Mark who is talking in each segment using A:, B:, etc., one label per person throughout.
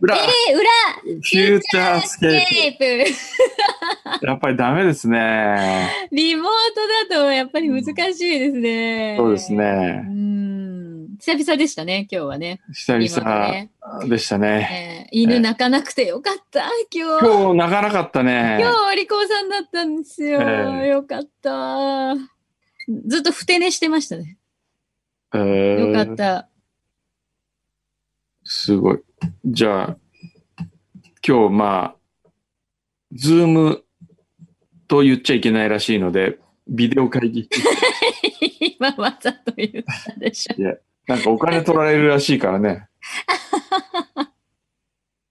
A: 裏
B: テレ裏
A: フューチャースケー
B: テープ
A: プやっぱりダメですね。
B: リモートだとやっぱり難しいですね。
A: そうです
B: う
A: ね。
B: ん。久々でしたね、今日はね。
A: 久々
B: ね、
A: でしたね。
B: えー犬泣かなくてよかった、今日。
A: 今日なかなかったね。
B: 今日お利口さんだったんですよ。
A: えー
B: よかった。ずっとふて寝してましたね。
A: えー
B: よかった。
A: すごい。じゃあ、今日まあ、ズームと言っちゃいけないらしいので、ビデオ会議。
B: 今わざと言ったでしょ。
A: なんかお金取られるらしいか らね。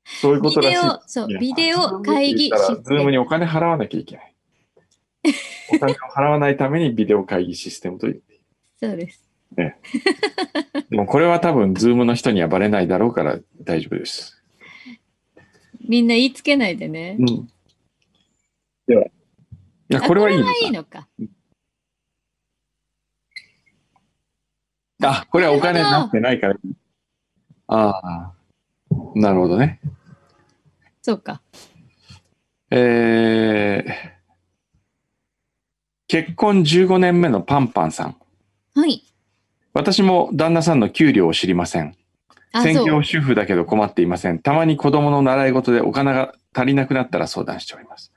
A: そういうこ
B: ビ
A: とらしい
B: デ。オ、そう
A: いや、
B: ビデオ会議
A: ズームって言
B: 室
A: ったらズームにお金払わなきゃいけ ない。お金を払わないためにビデオ会議システムという。
B: そうです。
A: でもこれは多分、ズームの人にはバレないだろうから大丈夫です。
B: みんな言いつけないでね。
A: うん。では。いや、
B: あ
A: これはいいのか。
B: いいのか。
A: あ、これはお金に
B: なるほど
A: なってないから。ああ、なるほどね。
B: そうか。
A: えー、結婚15年目のパンパンさん。
B: はい。
A: 私も旦那さんの給料を知りません。
B: あ、
A: 専
B: そう
A: 業。主婦だけど困っていません。たまに子供の習い事でお金が足りなくなったら相談しております。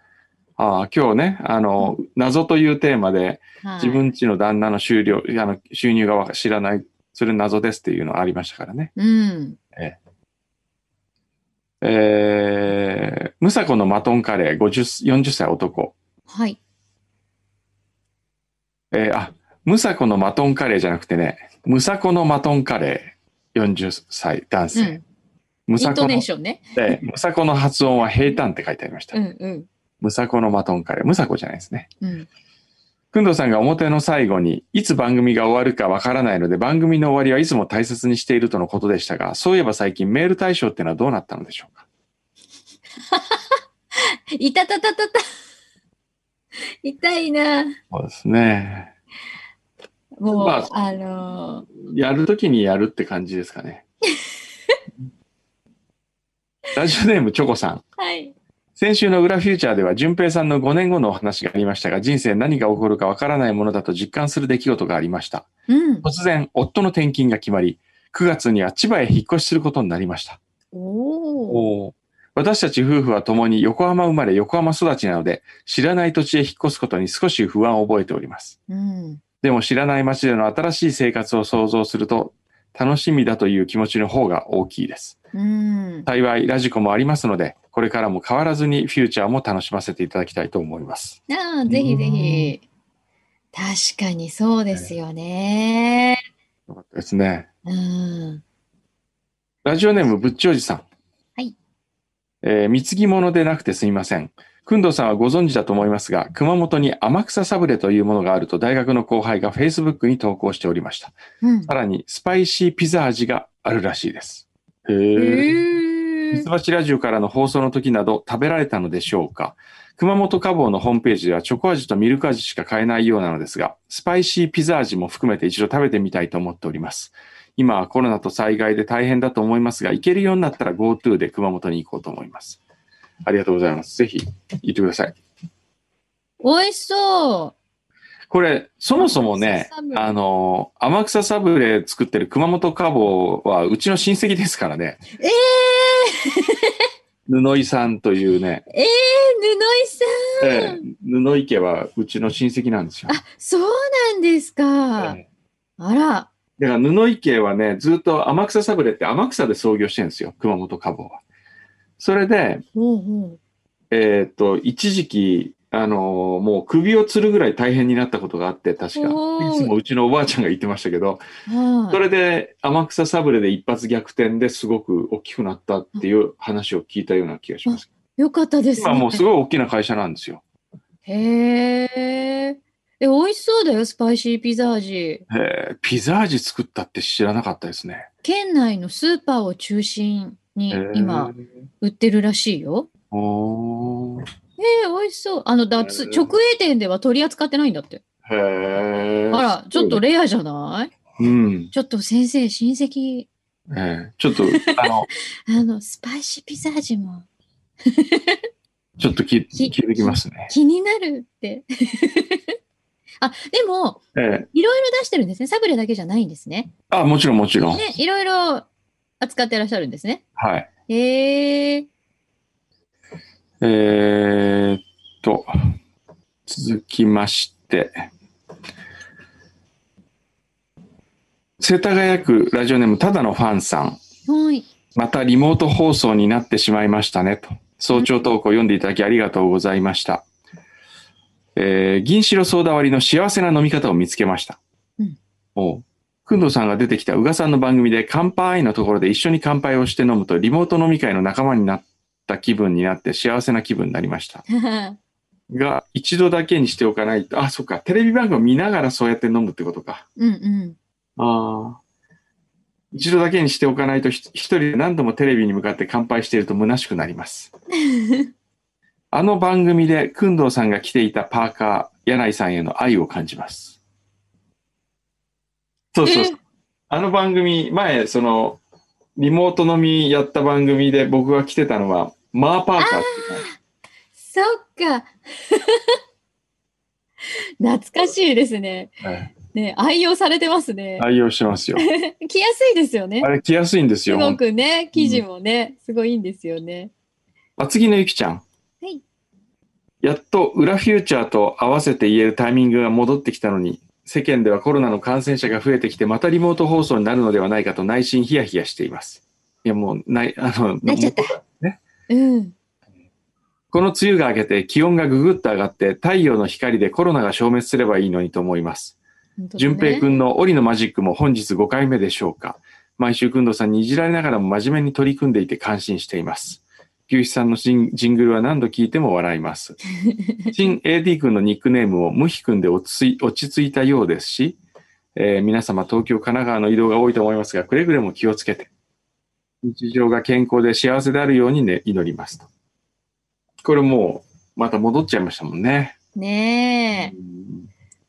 A: ああ、今日ね、あの、謎というテーマで、
B: はい
A: 自分ちの旦那の収料、あの収入がわ知らない、それ謎ですっていうのありましたからね。
B: うん。
A: えー、ムサコのマトンカレー50 40歳男。
B: はい。
A: えーあ、ムサコのマトンカレーじゃなくてね、ムサコのマトンカレー40歳男
B: う
A: 性。
B: ん。
A: ム
B: イ
A: サ
B: ン
A: コ
B: トネ
A: の
B: ー、ションね。
A: えームサコの発音は平坦って書いてありました
B: う。んうん。
A: ムサコのマトンカレー。ムサコじゃないですね。
B: うん。
A: くんどうさんが表の最後に、いつ番組が終わるかわからないので、番組の終わりはいつも大切にしているとのことでしたが、そういえば最近メール対象ってのはどうなったのでしょうか
B: いたたたた た。痛いな。
A: そうですね。
B: もう、
A: まあ
B: あの
A: やるときにやるって感じですかね。 ラジオネームチョコさん。
B: ーはい。
A: 先週の裏フューチャーでは、淳平さんの5年後のお話がありましたが、人生何が起こるかわからないものだと実感する出来事がありました。
B: うん。
A: 突然、夫の転勤が決まり、9月には千葉へ引っ越しすることになりました。
B: おお。
A: おー私たち夫婦は共に横浜生まれ横浜育ちなので、知らない土地へ引っ越すことに少し不安を覚えております。
B: うん。
A: でも知らない街での新しい生活を想像すると、楽しみだという気持ちの方が大きいです。
B: うん。
A: 幸い、ラジコもありますので、これからも変わらずにフューチャーも楽しませていただきたいと思います。
B: なあ、ぜひぜひ。確かにそうですよね。
A: よかったですね。
B: うん。
A: ラジオネーム、ぶっちおじさん。
B: はい。
A: えー貢ぎ物でなくてすみません。くんどうさんはご存知だと思いますが、熊本に天草サブレというものがあると大学の後輩が Facebook に投稿しておりました。
B: うん
A: さらに、スパイシーピザ味があるらしいです。へ
B: へ
A: ー。ミ
B: ー
A: ツバチラジオからの放送の時など食べられたのでしょうか熊本花房のホームページではチョコ味とミルク味しか買えないようなのですが、スパイシーピザ味も含めて一度食べてみたいと思っております。今はコロナと災害で大変だと思いますが、行けるようになったら GoTo で熊本に行こうと思います。ありがとうございます。ぜひ行ってください。
B: 美味しそう。
A: これ、そもそもね
B: 天草サブ、レ
A: あの、天草サブレ作ってる熊本花房はうちの親戚ですからね、
B: ええ
A: 布井さんというね、
B: ええ布井さん。
A: ええ、布井家はうちの親戚なんですよ。
B: あ、そうなんですか。
A: ええ
B: あら。
A: だから布井家はね、ずっと天草サブレって天草で創業してるんですよ、熊本花房は。それで、
B: ほうほ
A: えーっと、一時期、あのーもう首を吊るぐらい大変になったことがあって、確か。い
B: おー
A: つもうちのおばあちゃんが言ってましたけど、
B: う。はい。
A: それで天草サブレで一発逆転ですごく大きくなったっていう話を聞いたような気がします。
B: よかったですね。
A: 今もうすごい大きな会社なんですよ。
B: へえ。え、美味しそうだよ、スパイシーピザ味。
A: えーピザ味作ったって知らなかったですね。
B: 県内のスーパーを中心に今
A: えー
B: 売ってるらしいよ。
A: おー
B: えー、美味しそう。あの、だつ
A: へー
B: 直営店では取り扱ってないんだって。
A: へえ。
B: あら、ちょっと。レアじゃない
A: うん。
B: ちょっと先生、親戚
A: ええちょっと、あの、
B: あの、スパイシーピザ味も
A: ちょっとき聞
B: き
A: いてきますね。
B: 気になるって。 あ、でも、
A: ええ
B: いろいろ出してるんですね。サブレだけじゃないんですね。
A: あ、もちろんもちろん。
B: ね、いろいろ扱ってらっしゃるんですね。
A: はい。
B: へえ。
A: えーっと、続きまして。世田谷区ラジオネームただのファンさん。
B: はい。
A: またリモート放送になってしまいましたねと。早朝投稿読んでいただきありがとうございました。えー銀白ソーダ割りの幸せな飲み方を見つけました。
B: うん
A: おう。くんどうさんが出てきた宇賀さんの番組で乾杯のところで一緒に乾杯をして飲むとリモート飲み会の仲間になった気分になって幸せな気分になりました。が、一度だけにしておかないと、あ、そっか、テレビ番組を見ながらそうやって飲むってことか。
B: うんうん。
A: ああ。一度だけにしておかないと、ひ一人で何度もテレビに向かって乾杯していると虚しくなります。あの番組で、工藤さんが着ていたパーカー、柳井さんへの愛を感じます。そうそうそう。あの番組、前、その、リモート飲みやった番組で僕が着てたのは、マーパーカーっていう
B: そっか。 懐かしいですね。
A: のはい
B: ね、愛用されてますね。
A: 愛用してますよ。
B: 着やすいですよね
A: あ。れ着やすいんです
B: す
A: よ。
B: ごくね、生地
A: う
B: もね、すごいいいんですよね。
A: 厚木のゆきちゃん。
B: はい
A: やっと裏フューチャーと合わせて言えるタイミングが戻ってきたのに、世間ではコロナの感染者が増えてきて、またリモート放送になるのではないかと内心ヒヤヒヤしています。いや、もう、ない、あの、
B: 泣いちゃったうん。
A: この梅雨が明けて気温がぐぐっと上がって、太陽の光でコロナが消滅すればいいのにと思います。
B: 本当だね
A: 淳平くんの檻のマジックも本日5回目でしょうか。毎週くんどさんにいじられながらも真面目に取り組んでいて感心しています。牛肥さんのジンジングルは何度聞いても笑 います。新 AD くんのニックネームも無比くんで落ち着い落ち着いたようですし、えー皆様東京、神奈川の移動が多いと思いますが、くれぐれも気をつけて、日常が健康で幸せであるように、ね、祈りますと。これもう、また戻っちゃいましたもんね。
B: ねえ、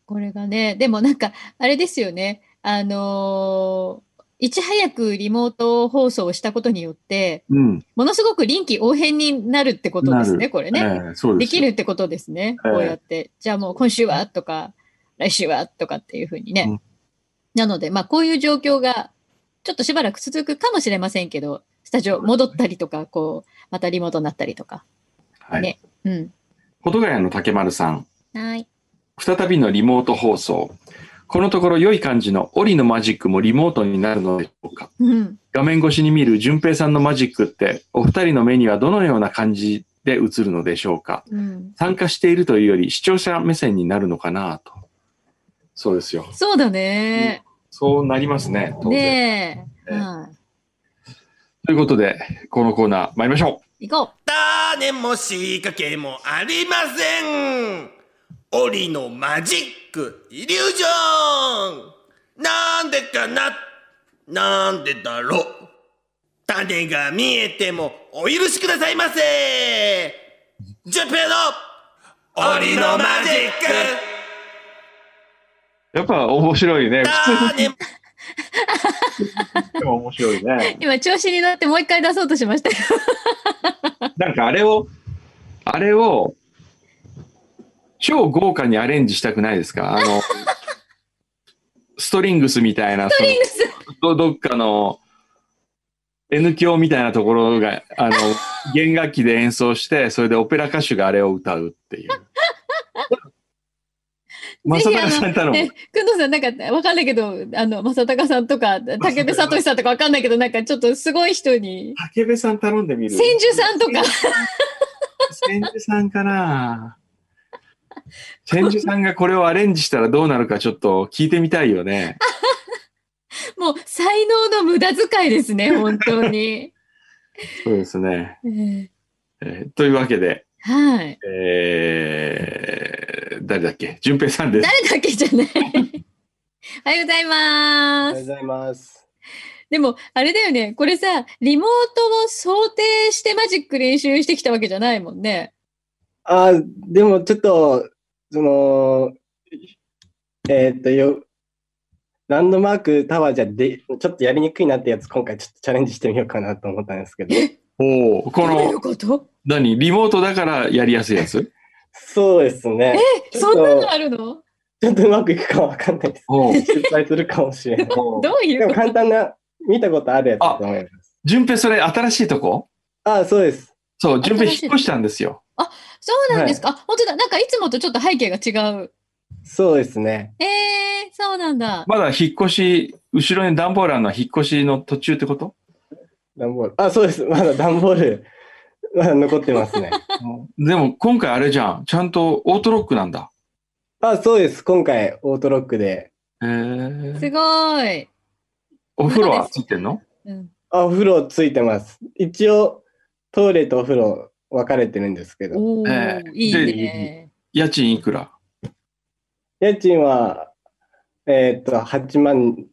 B: これがね、でもなんか、あれですよね。あのーいち早くリモート放送をしたことによって、
A: うん。
B: ものすごく臨機応変になるってことです
A: な
B: ね、これ
A: え
B: ね。
A: ーそうで
B: です
A: よ
B: きるってことですね、
A: ええ
B: こうやって。じゃあもう今週はとか、来週はとかっていうふうにね。
A: うん
B: なので、まあこういう状況がちょっとしばらく続くかもしれませんけど、スタジオ戻ったりとか、こう、またリモートになったりとか。
A: はい
B: ねうん。
A: 保土ヶ谷の竹丸さん、
B: はい。
A: 再びのリモート放送。このところ良い感じの檻のマジックもリモートになるのでしょうか。
B: うん。
A: 画面越しに見る淳平さんのマジックって、お二人の目にはどのような感じで映るのでしょうか。
B: うん、
A: 参加しているというより視聴者目線になるのかなと。そうですよ。
B: そうだね。
A: そうなりますね。当然
B: ねえ。
A: ええ
B: は
A: ということで、このコーナー参りましょ
B: い。行こ
C: 種も仕掛けもありません檻のマジックイリュージョンなんでかななんでだろう種が見えてもお許しくださいませジュンペの檻のマジッ ク
A: う。やっぱ面白いね。
C: 種も
A: 普通に面白いね
B: う。。今、調子に乗ってもう一回出そうとしましたよ。
A: なんかあれを、あれを、超豪華にアレンジしたくないですかあ の、ストリングスみたいな、そのどどっかの N 響みたいなところが、あ の、弦楽器で演奏して、それでオペラ歌手があれを歌うって いう。正隆さん頼む
B: え、。くんどうさん、なんか、わかんないけど、あの、正隆さんとか、竹部聡さんとかわかんないけど、なんか、ちょっとすごい人に、
A: 竹部さん頼んでみる。
B: 千住さんとか、
A: 千住さんか な千住さんがこれをアレンジしたらどうなるかちょっと聞いてみたいよね。
B: もう、才能の無駄遣いですね、本当に。
A: そうですね。
B: えー
A: えーというわけで、
B: はい。
A: えー誰だっけ淳平さんです。
B: 誰だっけじゃない。おはようござい
D: おは
B: ま
D: よう
B: す
D: ご。ざいます。
B: でも、あれだよね、これさ、リモートを想定してマジック練習してきたわけじゃないもんね。
D: あーでもちょっと、その、えーっと、よ、ランドマークタワーじゃで、ちょっとやりにくいなってやつ、今回ちょっとチャレンジしてみようかなと思ったんですけど。
A: おお、
B: ど
A: こ
B: ういう
A: の、
B: こと
A: 何リモートだからやりやすいやつ
D: そうですね。ちょ
B: そ
D: っ
B: んな
D: と
B: のあるの
D: ちょっとうまくいくかわかんないです。
A: おう
D: 失敗するかもしれない。
A: おう
B: どうい
D: で
B: うこ
D: も
B: と
D: 簡単な、見たことあるやつだと思います。
A: 順平、それ新しいとこ
D: ああ、そうです。
A: そう、順平
B: 新しい
A: 引っ越したんですよ。
B: そうなんですか、あ本当だ。なんかいつもとちょっと背景が違う。
D: そうですね。
B: えー、そうなんだ。
A: まだ引っ越し、後ろに段ボールあるのは引っ越しの途中っ てこと
D: 段ボール。あ、そうです。まだ段ボール、まだ残ってますね。
A: でも今回あれじゃん。ちゃんとオートロックなんだ。
D: あ、そうです。今回、オートロックで。
A: へえ。
B: すごい。
A: お風呂はついてんの
B: うん、
D: あ、お風呂ついてます。一応、トイレとお風呂分かれてるんですけど、
B: おお、
A: えー
B: いい
A: で
B: ね。
A: 家賃いくら
D: 家賃は、えーっと、8万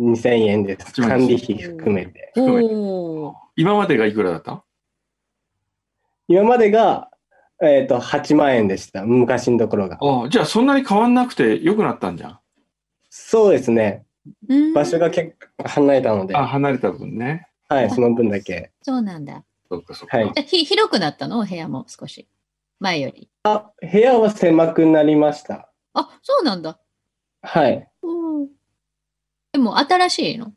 D: 2千円です。
A: 8万
D: 管理費含めて。
B: お
A: ごめん
B: おー、
A: 今までがいくらだった
D: 今までが、えーっと、8万円でした。昔のところが。
A: ああ、じゃあそんなに変わんなくて良くなったんじゃん。
D: そうですね。
B: うん
D: 場所が結構離れたので、
A: あ、
D: は
A: 離れた分ね。
D: い、その分だけ。
B: そうなんだ。
A: そっかそっか。
D: はい
B: じゃあひ広くなったのお部屋も少し。前より。
D: あ、部屋は狭くなりました。
B: あ、そうなんだ。
D: はい。
B: おーでも新しいの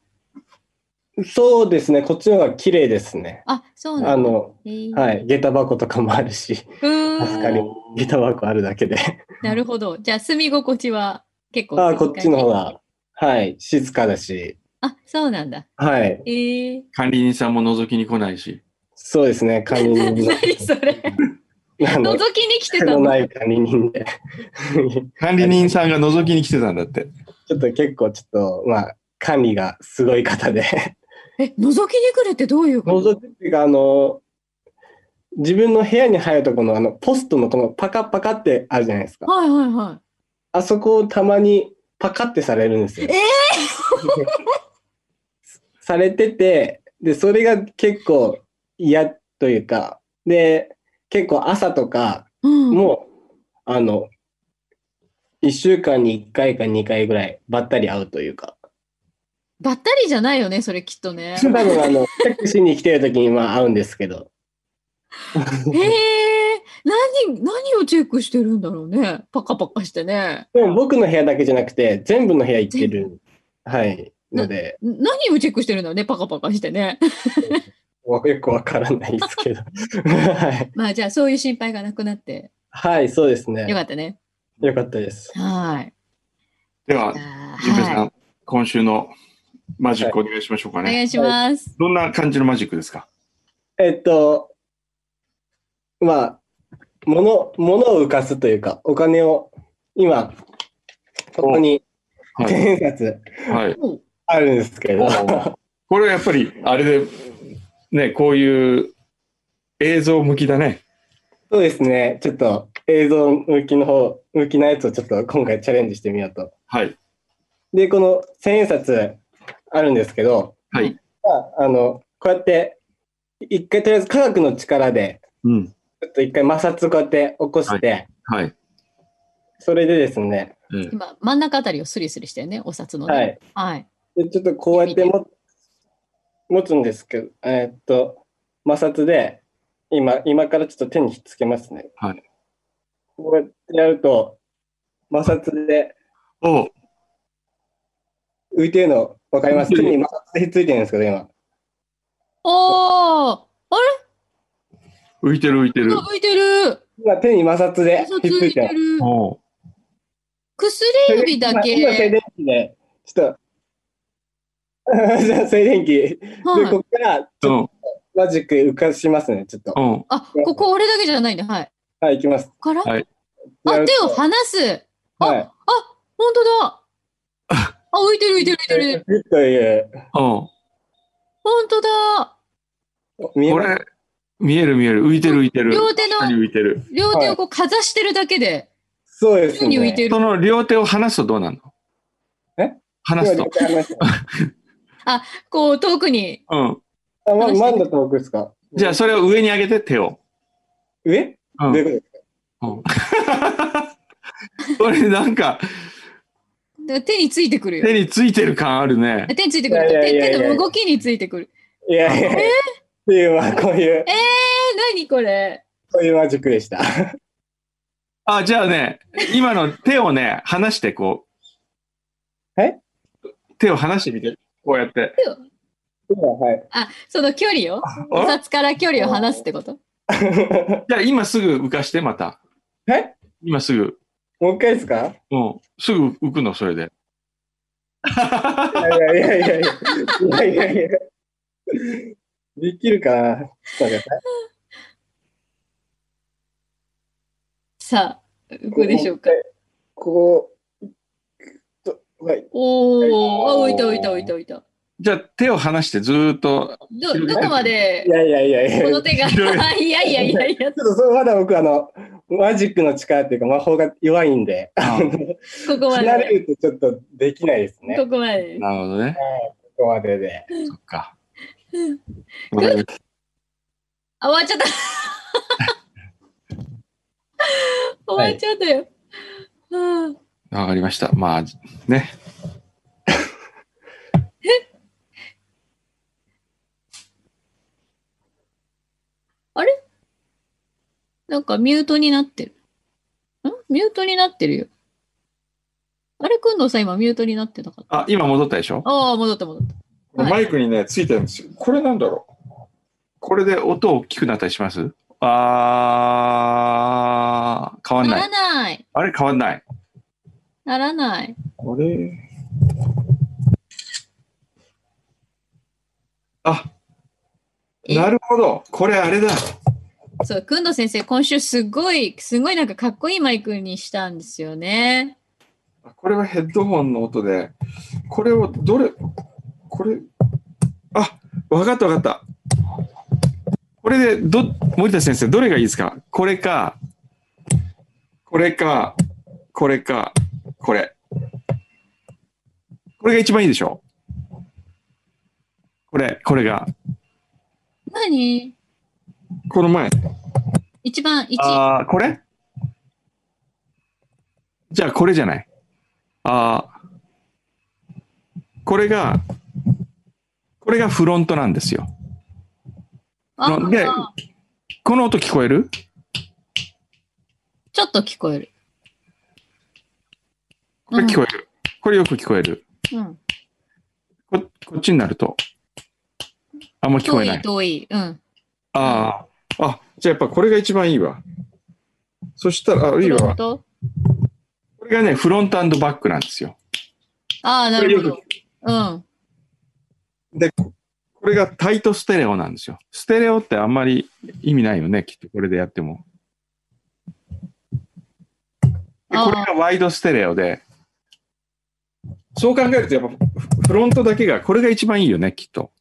D: そうですね。こっちの方が綺麗ですね。
B: あ、そうな
D: あ
B: んだ。
D: の、
B: えー
D: はい。下駄箱とかもあるし、
B: うーん
D: 助かり下駄箱あるだけで。
B: なるほど。じゃあ住み心地は結構。
D: ああ、こっちの方が、はい。静かだし、
B: あ、そうなんだ。
D: はい。
B: え ー、
A: 管理人さんも覗きに来ないし。
D: そうですね。管理人の。
B: 何それ。
D: あの
B: 覗、きに来て
D: 手
B: た
D: の
B: の。
D: ない管理人で。
A: 管理人さんが覗きに来てたんだって。
D: ちょっと結構、ちょっと、まあ、管理がすごい方で。
B: え、覗きに来るってどういうこと
D: 覗くっていうか、あの、自分の部屋に入るとこの、あの、ポストのこのパカパカってあるじゃないですか。
B: はいはいは
D: あそこをたまにパカってされるんですよ。
B: え
D: されてて、で、それが結構嫌というか、で、結構朝とか、
B: い。うん、
D: もう、あの、1週間に1回か2回ぐらいばったり会うというか、
B: ばったりじゃないよね、それきっとね。
D: 多分あの、チェックしに来てる時にまあ会うんですけど、
B: へえ、何、何をチェックしてるんだろうね。パカパカしてね。
D: でも僕の部屋だけじゃなくて、全部の部屋行ってる、はい、ので、
B: ん何をチェックしてるんだろうね、パカパカしてね。
D: わよくわからないですけど、 はい、
B: まあじゃあそういう心配がなくなって
D: はい、そうですね。
B: よかったね。
D: よかったです。
B: はい。
A: では、
B: あー
A: 順平さん、
B: はい。
A: 今週のマジックお願いしましょうか
B: お
A: ね。
B: 願いします。
A: どんな感じのマジックですか
D: えっと、まあ、物、物を浮かすというか、お金を、今、ここに
A: はい。
D: 千円札
A: はい、
B: お
D: あるんですけど、
A: これはやっぱり、あれで、ね、こういう映像向きだね。
D: そうですね、ちょっと映像向きの方、向きなやつをちょっと今回チャレンジしてみようと。
A: はい。
D: で、この千円札あるんですけど、
A: はい。
D: まあ、あの、こうやって、一回とりあえず科学の力で、
A: うん。
D: ちょっと一回摩擦をこうやって起こして、
A: はい。
D: それでですね、
A: ええ
B: 今、真ん中あたりをスリスリしてよね、お札のね。
D: はい。
B: はい。
D: でちょっとこうやっても持つんですけど、えーっと、摩擦で、今、今からちょっと手にひっつけますね。
A: はい。
D: こうやってやると、摩擦で
A: おう
D: 浮いてるの分かります
A: 浮い
D: 手
A: てる
D: に摩擦でひっついてるんですけど、今。
B: おー
A: 浮いてる浮いてる。
B: あ浮いてる
D: 今、手に摩擦で
B: 嘘つ
D: ひっつい
B: い
D: て
B: て
D: ます。
B: る
A: おう
B: 薬指だけ。
D: 今、今静電気で、ちょっと、 じゃあ静電気。で、
B: はい
D: ここから
A: うん。
D: マジック浮かしますね、ちょっと。
A: うん。
B: あ、ここ俺だけじゃないんだ。はい。
D: はい、いきます。
B: から、
A: は
B: あ、
A: い
D: やると
B: 手を離す。あ、
D: はい
B: あ、本当だ。 あ、浮いてる浮いてる浮いてる。
D: という、
A: うん。
B: 本当だ。
D: 見え
A: こ
D: ます
A: れ、見える見える。浮いてる浮いてる。
B: 両手の
A: 下に浮いてる。
B: 両手をこうかざしてるだけで、
D: そうです
B: 宙に浮い
D: ね。
B: てる
A: そ。の両手を離すとどうなるの
D: え
A: 離すと。
D: 今了解しました
B: こう遠くに。
A: うん。
D: あ、ま、
B: 話して
D: マンだと僕ですか
A: じゃあ、それを上に上げて、手を。
D: 上
A: う
D: ど
A: ん
D: ういうことです
A: うんこれなんか、
B: だ手についてくるよ
A: 手。についてる感あるね。
B: 手についてくる。
D: いやいやい
B: 手
D: やいや
B: 手の動きについてくる。
D: いやいや。っていう、まあ、こういう、
B: え、何これ
D: こういうマジックでした。
A: あ、じゃあね、今の手をね、離してこう。
D: え
A: 手を離してみて。こうやって。
D: 今はい。
B: あ、その距離をお札から距離を離すってこと
A: じゃあ今すぐ浮かして、また。
D: え
A: 今すぐ。
D: もう一回ですか
A: うん。すぐ浮くの、それで。
D: いやいやいやいや。いやいやいや。できるかなちょっと待ってください
B: さあ、浮くでしょうか。。
D: こう、とはい。
B: おー、あ、置いた置いた置いた置いた。
A: じゃあ手を離してずーっと。
B: ど、どこまで
D: いやいやいやいや。
B: こ
D: ちょ
B: の
D: っ
B: 手が、 い
A: 広
B: やいやいやいや、こ
D: とそれまだ僕あの、マジックの力っていうか魔法が弱いんで、あの
B: こま
D: 離れ
B: で。
D: るとちょっとできないですね。こ
B: ここまで。
A: なるほどね。
D: こまでで。
A: そっか。
B: あ、終わっち ゃった。終わっちゃったよ。はあ
A: わかりました。まあ、ね。
B: なんかミュートになってる。んミュートになってるよ。あれ、くんのさん、今ミュートになってなかった。
A: あ、今戻ったでしょ
B: ああ、戻った戻った。はい
A: マイクにね、ついてるんですよ。これなんだろうこれで音大きくなったりしますあー、変わん
B: なら
A: ない。
B: ない。
A: あれ変わんない。
B: ならない。
A: あれあ、
B: え
A: なるほど。これあれだ。
B: そう、くんの先生、今週すごい、すごいなんかかっこいいマイクにしたんですよね。
A: これはヘッドホンの音で、これをどれ、これ、あ、わかったわかった。これで、ど、森田先生、どれがいいですかこれか、これか、これか、これ。これが一番いいでしょこれ、これが。
B: 何
A: この前。
B: 一番、一。
A: ああ、これじゃあこれじゃない。ああ。これが、これがフロントなんですよ。
B: あ
A: ので
B: あ
A: この音聞こえる
B: ちょっと聞こえる。
A: これ聞こえる。これよく聞こえる。
B: うん。
A: ここっちになると、あんま聞こ
B: 遠
A: えないい。
B: 遠い。うん。
A: ああ。あ、じゃあやっぱこれが一番いいわ。そしたら、あ、いい
B: フロ
A: わ
B: ン。ト
A: これがね、フロントバックなんですよ。
B: ああ、なるほど。うん。
A: で、ここれがタイトステレオなんですよ。ステレオってあんまり意味ないよね、きっとこれでやっても。で
B: あー
A: これがワイドステレオで、そう考えるとやっぱフフロントだけが、これが一番いいよね、きっと。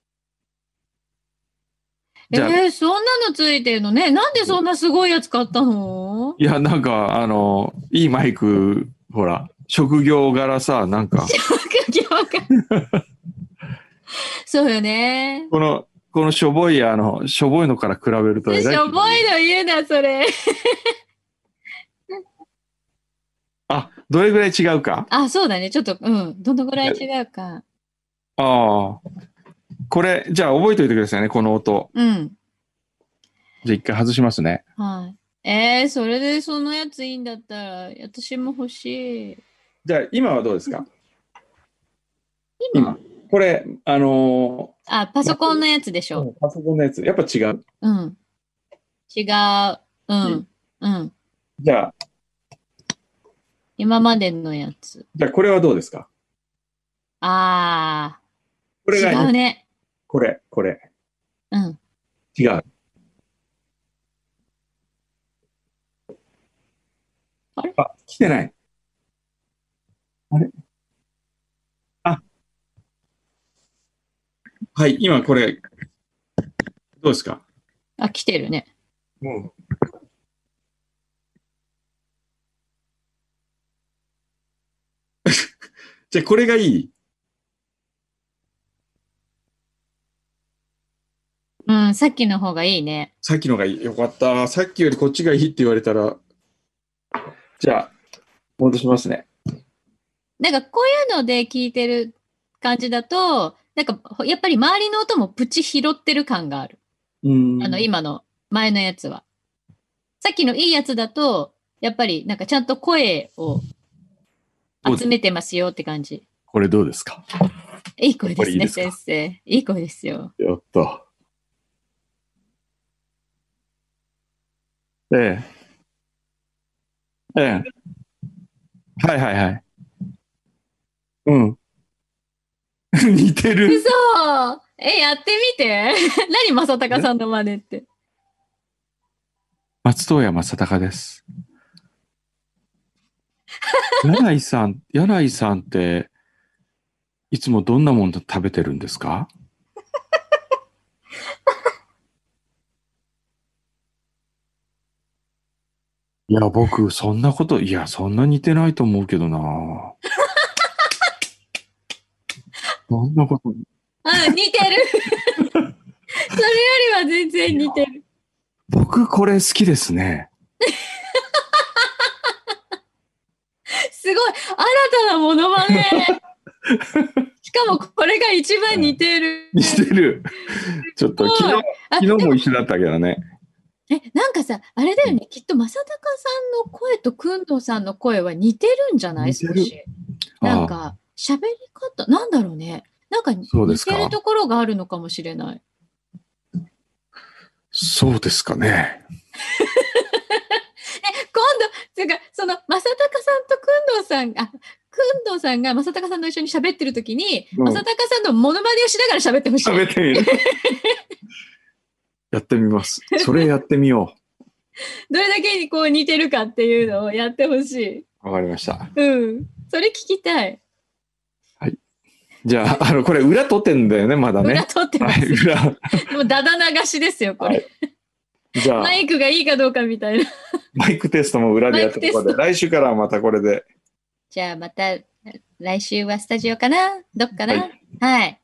B: え
A: じゃあ、
B: ー、そんなのついてるのね。なんでそんなすごいやつ買った の
A: いや、なんか、あの、いいマイク、ほら、職業柄さ、なんか、
B: わかんないそうよね。
A: この、このしょぼい、あの、しょぼいのから比べると偉い
B: しょぼいの言うな、それ。
A: あ、どれぐらい違うか
B: あ、そうだね。ちょっと、うん。どのぐらい違うか。
A: ああ。これ、じゃあ覚えておいてくださいね、この音。
B: うん。
A: じゃあ一回外しますね。
B: はい。えー、それでそのやついいんだったら、私も欲しい。
A: じゃあ今はどうですか
B: 今
A: これ、あの
B: あ、パソコンのやつでしょ。
A: ーパソコンのやつ、やっぱ違う。
B: うん。違う。うん。うん。
A: じゃあ、
B: 今までのやつ。
A: じゃあこれはどうですか
B: あ
A: こ
B: あ。
A: れ
B: 違
A: が、
B: うね。
A: これ、これ。
B: うん。
A: 違う。
B: あれ
A: 来てない。あれあ。はい、今これ、どうですか
B: あ、来てるね。
A: うん。じゃあ、これがいい
B: うん。さっきの方がいいね。
A: さっきのがいい。よかった。さっきよりこっちがいいって言われたら。じゃあ、戻しますね。
B: なんかこういうので聞いてる感じだと、なんかほやっぱり周りの音もプチ拾ってる感がある。
A: うん
B: あの、今の前のやつは。さっきのいいやつだと、やっぱりなんかちゃんと声を集めてますよって感じ。
A: これどうですか
B: いい声ですね、
A: やっぱりいいですか
B: 先生。いい声ですよ。
A: やった。ええ。ええ。はいはいはい。うん。 似て
B: 嘘
A: る。
B: え、やってみて。 何、正隆さんの真似って。
A: 松任谷正隆です。柳井さん、柳井さんって、いつもどんなもの食べてるんですかいや、僕、そんなこと、いや、そんな似てないと思うけどな。そんなこと、
B: あ、似 てる。それよりは全然似てる。
A: 僕、これ好きですね。
B: すごい。新たなモノマ ネ。しかもこれが一番似てる。
A: 似てる。ちょっと、昨日、
B: あ
A: 昨日も一緒だったけどね。
B: え、なんかさ、あれだよね、きっと正隆さんの声と工藤さんの声は似てるんじゃない
A: 似て
B: 少
A: る
B: し。なんか、喋り方、なんだろうね。なんか似
A: そうです
B: て
A: か
B: るところがあるのかもしれない。
A: そうですかね。
B: 今度、ていうか、その、正隆さんと工藤さんが、工藤さんが正隆さんの一緒に喋ってる時に、
A: うん
B: 正隆さんのモノマネをしながら喋ってほしい。
A: 喋ってみる。 やってみます。それやってみよ
B: どれだけにこう似てるかっていうのをやってほしい。
A: う。わかりました。
B: うん。それ聞きたい。
A: じゃあ、あの、これ裏取ってんだよね、まだ
B: 裏
A: ね。
B: 取ってま
A: はい、
B: す。
A: 裏。
B: もうダダ流しですよ、これ。
A: じゃあ
B: マ、イクがいいかどうかみたいな。
A: マイクテストも裏でやってここ
B: マイ
A: で、来週からはまたこれで。
B: じゃあまた来週はスタジオかなどっかな
A: は
B: はい、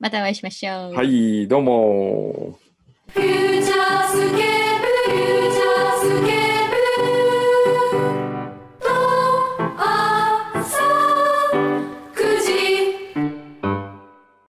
B: またお会いしましょう。
A: はい、どうも。
E: 「フューチャースケープ」